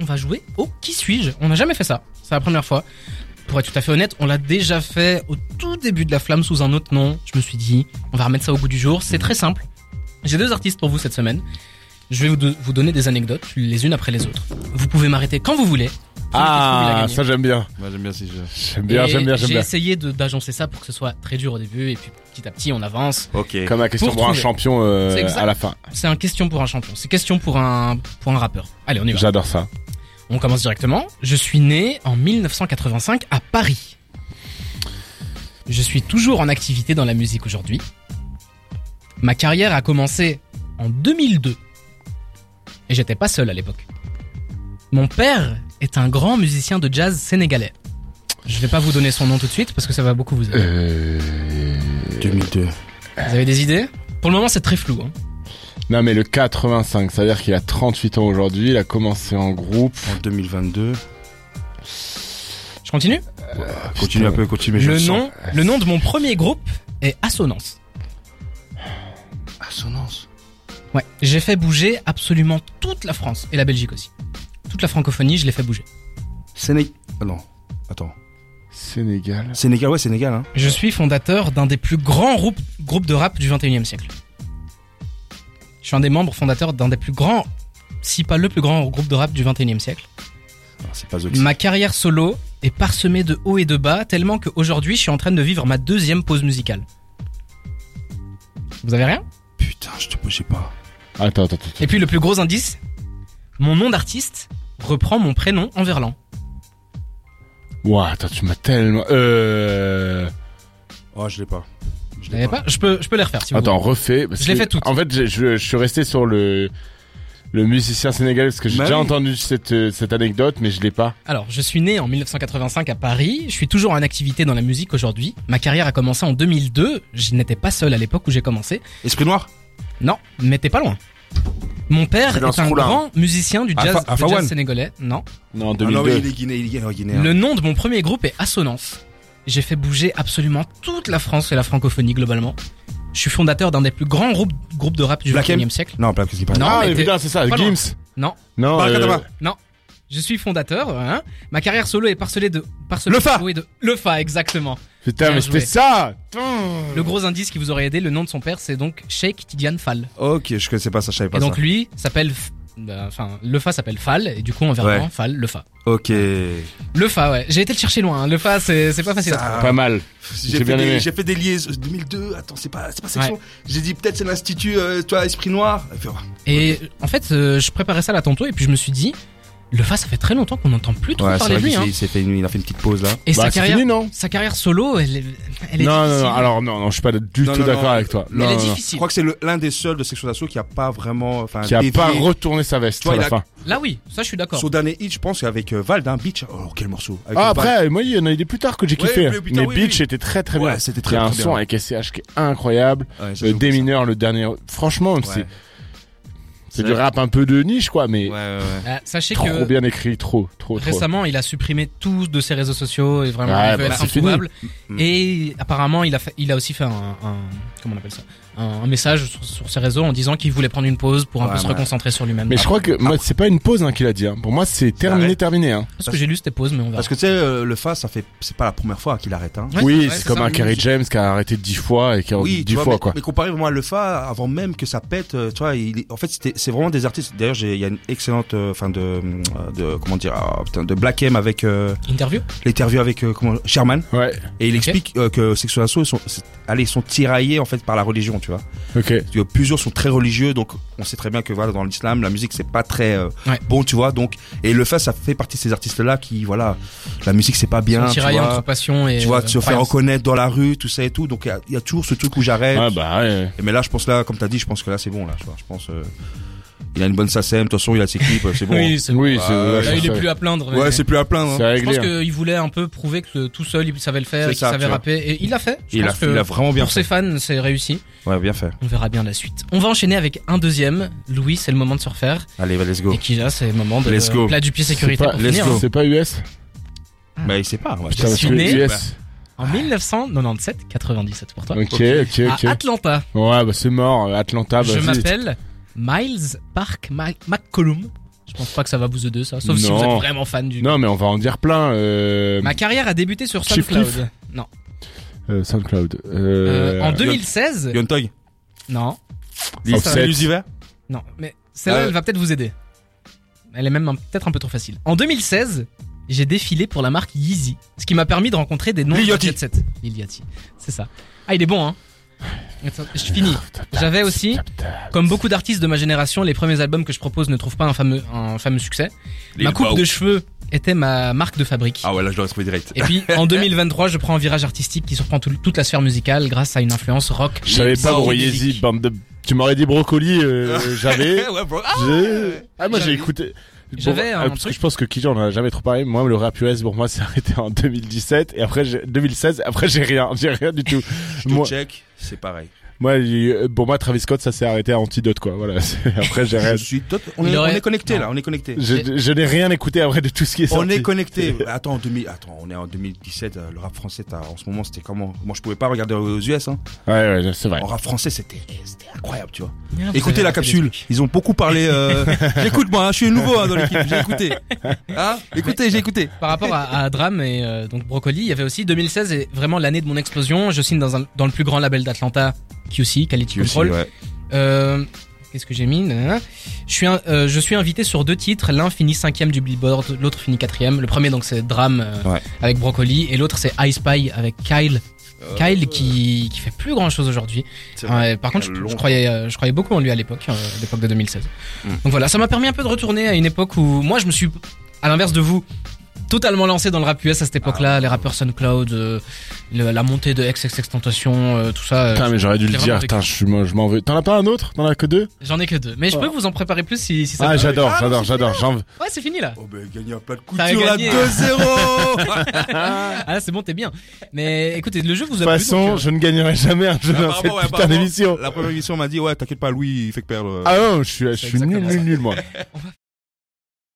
on va jouer au qui suis-je. On n'a jamais fait ça. C'est la première fois. Pour être tout à fait honnête, on l'a déjà fait au tout début de la flamme sous un autre nom. Je me suis dit, on va remettre ça au goût du jour. C'est très simple. J'ai deux artistes pour vous cette semaine. Je vais vous, do- vous donner des anecdotes, les unes après les autres. Vous pouvez m'arrêter quand vous voulez. Vous Ah, mettez ce que vous voulez à gagner. ça j'aime bien. Moi j'aime bien ces jeux. J'aime bien, Et j'aime bien, j'aime J'ai bien. essayé de- d'agencer ça pour que ce soit très dur au début et puis petit à petit on avance. Ok. Comme la question Pour pour, un trouver. champion euh, C'est exact. à la fin. C'est un question pour un champion, c'est question pour un pour un rappeur. Allez, on y va. J'adore ça. On commence directement. Je suis né en 1985 à Paris. Je suis toujours en activité dans la musique aujourd'hui. Ma carrière a commencé en 2002. Et j'étais pas seul à l'époque. Mon père est un grand musicien de jazz sénégalais. Je vais pas vous donner son nom tout de suite parce que ça va beaucoup vous aider. Euh... 2002. Vous avez des idées Pour le moment, c'est très flou. hein. Non mais le 85, ça veut dire qu'il a 38 ans aujourd'hui, il a commencé en groupe. En 2022. Je continue Ah, Continue un peu, continue. mais je le sens. nom, le nom de mon premier groupe est Assonance. Assonance. Ouais, j'ai fait bouger absolument toute la France et la Belgique aussi. Toute la francophonie, je l'ai fait bouger. Sénégal. Ah non. Attends. Sénégal. Sénégal, ouais, Sénégal, hein. Je suis fondateur d'un des plus grands groupes, groupes de rap du 21e siècle. Je suis un des membres fondateurs d'un des plus grands, si pas le plus grand groupe de rap du 21e siècle. Ah, C'est pas The Ma carrière solo est parsemée de hauts et de bas, tellement qu'aujourd'hui, je suis en train de vivre ma deuxième pause musicale. Vous avez rien Putain, je te bougeais pas. Attends, attends, attends. Et puis le plus gros indice, mon nom d'artiste reprend mon prénom en verlan. Ouah, attends, tu m'as tellement... Euh... Oh, je l'ai pas. Je Vous l'avez pas je peux, je peux les refaire si vous voulez. Attends, refais. parce Je l'ai que- fait toutes. En fait, j'ai- je, je suis resté sur le... Le musicien sénégalais, parce que j'ai Bah déjà oui. entendu cette, euh, cette anecdote, mais je l'ai pas. Alors, je suis né en 1985 à Paris, je suis toujours en activité dans la musique aujourd'hui. Ma carrière a commencé en 2002, je n'étais pas seul à l'époque où j'ai commencé. Esprit noir Non, mais t'es pas loin. Mon père C'est dans est ce un trou-là, grand musicien du jazz, Alpha- du Alpha jazz One. sénégalais. Non. Non, en Ah 2002. non, mais il est guinéen, il est guinéen, guinéen. Le nom de mon premier groupe est Assonance. J'ai fait bouger absolument toute la France et la francophonie globalement. Je suis fondateur d'un des plus grands groupes, groupes de rap du Black M. 21e siècle. Non, pas parce qu'il parle. Non, ah, mais mais t'es- putain, c'est ça, pas loin. Gims. Non. Non, euh, Barakatama. Je suis fondateur, hein. Ma carrière solo est parcelée de... Parcelée Le Fa. oui, de- Le Fa, exactement. putain, Bien mais joué. c'était ça Le gros indice qui vous aurait aidé, le nom de son père, c'est donc Sheikh Tidiane Fall. Ok, je connaissais pas ça, je savais pas et donc ça. lui s'appelle, F- bah, enfin, le Fa s'appelle Fall, et du coup on verra Ouais. bien Fall, le Fa. Ok. Le Fa, ouais. J'ai été le chercher loin. hein. Le Fa, c'est c'est pas facile. à Ça- trouver. Pas mal. J'ai J'ai fait, bien des, aimé. j'ai fait des liaisons. 2002, attends, c'est pas, c'est pas section. J'ai dit peut-être c'est l'institut, euh, toi, Esprit Noir. Et puis, oh, Et en fait, euh, je préparais ça là tantôt, et puis je me suis dit, le Fa, ça fait très longtemps qu'on n'entend plus trop Ouais, c'est parler vrai de lui. qu'il hein. s'est- il s'est fait une, il a fait une petite pause là. Et sa Bah, c'est carrière, fini, non sa carrière solo, elle est, elle est non, non, difficile. non, alors non, non, je suis pas du Non, tout non, non. d'accord avec toi. Mais Non, elle est non, non. Je difficile. crois que c'est le- l'un des seuls de section d'assaut qui a pas vraiment, enfin, Qui a dévié. pas retourné sa veste Toi, à il la a- fin. Là, oui, ça, je suis d'accord. Son dernier hit, je pense, avec euh, Vald, hein, Beach. Oh, quel morceau. Avec Ah, le Vald. après, moi, il y en a eu des plus tard que j'ai Ouais, kiffé. hein. plus tard, Mais oui, Beach oui. était très très Ouais, bien. Il c'était y très, a un très son bien. avec SCH qui est incroyable. Ouais, ça, Euh, j'ai Des oublié ça. mineurs, le dernier. Franchement, Ouais. c'est c'est C'est du vrai. rap un peu de niche, quoi, mais Ouais, ouais, ouais. Euh, sachez trop que bien écrit, trop, trop, trop. Récemment, il a supprimé tous de ses réseaux sociaux et vraiment Ouais, il veut bah, être c'est introuvable. fini. Mm. Et apparemment, il a, fait- il a aussi fait un, un- comment on appelle ça, un, un message sur, sur ses réseaux en disant qu'il voulait prendre une pause pour un Ouais, peu se ouais. reconcentrer sur lui-même. Bah, Mais je crois que moi, c'est pas une pause hein, qu'il a dit. hein. Pour moi, c'est terminé, Ah. arrête. terminé. hein. Parce que j'ai lu c'était pause, mais on verra. Parce que tu sais, euh, le face, ça fait, c'est pas la première fois qu'il arrête, hein. Ouais, oui, ouais, c'est c'est comme ça, un oui, Kerry je- James qui a arrêté dix fois et qui a Oui, dix tu vois, fois, mais, quoi. mais comparé vraiment à le Fa, avant même que ça pète, euh, tu vois, il, est- en fait, c'était- c'est vraiment des artistes. D'ailleurs, j'ai- il y a une excellente, euh, enfin, de, euh, de, comment dire, ah, putain, de Black M avec euh, Interview. l'interview avec euh, comment, Sherman, Ouais, et il Ok. explique euh, que Sexual Assault, ils sont, c'est- allez, ils sont tiraillés en fait par la religion, tu vois. ok. Parce que plusieurs sont très religieux, donc on sait très bien que voilà, dans l'islam, la musique c'est pas très euh, Ouais. bon, tu vois. Donc, et le Fa, ça fait partie de ces artistes-là qui, voilà, la musique c'est pas bien, Son tu tirail entre euh, vois. passion et Tu vois, se faire croyance. reconnaître dans la rue, tout ça et tout. Donc, il y a- il y, a toujours ce truc où j'arrête. Ouais, bah ouais. Et Mais là, je pense là, comme t'as dit, je pense que là, c'est bon là. tu vois. Je pense, euh, il a une bonne SACEM, de toute façon, il a ses clips, c'est bon. Oui, c'est Oui, Bah, c'est euh, Là, il ouais, est c'est- plus à plaindre. mais- ouais, c'est plus à plaindre. c'est hein. je pense réglé. hein. qu'il voulait un peu prouver que tout seul il savait le faire, C'est qu'il ça, savait tu vois. rapper, et il l'a fait. Je Il a, pense que il a vraiment bien pour ses fait. fans, c'est réussi. Ouais, bien fait. On verra bien la suite. On va enchaîner avec un deuxième. Louis, c'est le moment de se refaire. Allez, bah, let's go. Et qui là, c'est le moment de Let's go. plat du pied sécurité C'est pas- pour let's finir. go. hein. C'est pas US Bah, il sait pas. ouais. Putain, parce que né- US. hein. En 1997, 97 pour toi, Ok, ok, ok. Bah, à Atlanta, Ouais, bah c'est mort, Atlanta. Bah, je vas-y. m'appelle Miles Park Ma- McCollum. Je pense pas que ça va vous aider ça, sauf si vous Non. êtes vraiment fan du. Non, mais on va en dire plein. Euh, Ma carrière a débuté sur Chief SoundCloud. Non. euh, SoundCloud. Euh, Euh, en 2016. Yon Tog, Non. Offset. Salut Lucifer. Non. Mais celle-là, Ah ouais. elle va peut-être vous aider. Elle est même un- peut-être un peu trop facile. En 2016, j'ai défilé pour la marque Yeezy, ce qui m'a permis de rencontrer des noms Lil de Yachty. Jet Set. Lil Yachty. C'est ça. Ah, il est bon, hein. Attends, je finis. Ah, J'avais aussi- Comme beaucoup d'artistes de ma génération, les premiers albums que je propose ne trouvent pas un fameux, un fameux succès. ma coupe de cheveux était ma marque de fabrique. Ah ouais, là je l'aurais trouvé direct. Et puis, en 2023, je prends un virage artistique qui surprend tout- toute la sphère musicale grâce à une influence rock. Je savais pas, Soul Broyesi, music. bande de. Tu m'aurais dit brocoli, euh, j'avais. ouais, bro. Ah, J'ai- Ah, moi j'ai J'avais- écouté. j'avais Bon, un euh, parce truc. que je pense que Kijan on en a jamais trop parlé. Moi, le rap US pour moi c'est arrêté en 2017 et après j'ai- 2016. Après j'ai rien, j'ai rien du tout. je te moi, check, c'est pareil. moi, euh, pour moi Travis Scott ça s'est arrêté à Antidote quoi. Voilà. c'est- Après j'ai rien. Je suis tot- on, Il est, aurait- on est connecté Non. là, on est connecté. Je, je n'ai rien écouté après de tout ce qui est On sorti. est connecté. Attends, en 2000, attends, on est en 2017. euh, Le rap français, t'as- en ce moment, c'était comment Moi, je pouvais pas regarder aux US. Hein. Ouais, ouais, c'est vrai. En rap français, c'était c'était incroyable, tu vois. Ah, vous Écoutez avez la raté des capsule. trucs. Ils ont beaucoup parlé. euh, J'écoute moi, hein, je suis nouveau hein, dans l'équipe. J'ai écouté. Hein écoutez, j'ai écouté. Par rapport à, à Dram et euh, donc Brocoli, il y avait aussi 2016 est vraiment l'année de mon explosion. Je signe dans, un- dans le plus grand label d'Atlanta, QC, Quality Control. Euh, Qu'est-ce que j'ai mis Nanana. je suis, un- euh, je suis invité sur deux titres. L'un finit cinquième du Billboard, l'autre finit quatrième. Le premier donc c'est Dram euh, Ouais. avec Brocoli et l'autre c'est I Spy avec Kyle. Kyle qui, qui fait plus grand chose aujourd'hui. Ouais, par contre, je, je croyais, euh, je croyais beaucoup en lui à l'époque, euh, à l'époque de 2016. Mm. Donc voilà, ça m'a permis un peu de retourner à une époque où moi je me suis, à l'inverse de vous, totalement lancé dans le rap US à cette époque-là, les rappeurs SoundCloud, euh, le- la montée de XXX Tentation, euh, tout ça. euh, Putain, mais j'aurais dû le J'ai dire. vraiment Putain, je suis- moi, je m'en veux. T'en as pas un autre T'en as que deux J'en ai que deux, mais je peux Oh. vous en préparer plus si, si ça. Ah, vous- j'adore, Ah, j'adore, j'adore. J'en veux. Ouais, c'est fini là. Oh, ben, gagné un plat de T'as couture là, gagné. 2-0. Ah là, c'est bon, t'es bien. Mais écoutez, le jeu De vous a toute plu. façon, donc, euh, je ne gagnerai jamais un jeu dans cette Apparemment, Ah, ouais, putain apparemment, d'émission. La première émission m'a dit, ouais, t'inquiète pas, Louis, il fait que perdre. euh. Ah non, je suis, je suis exactement nul, ça. nul, nul, moi. on va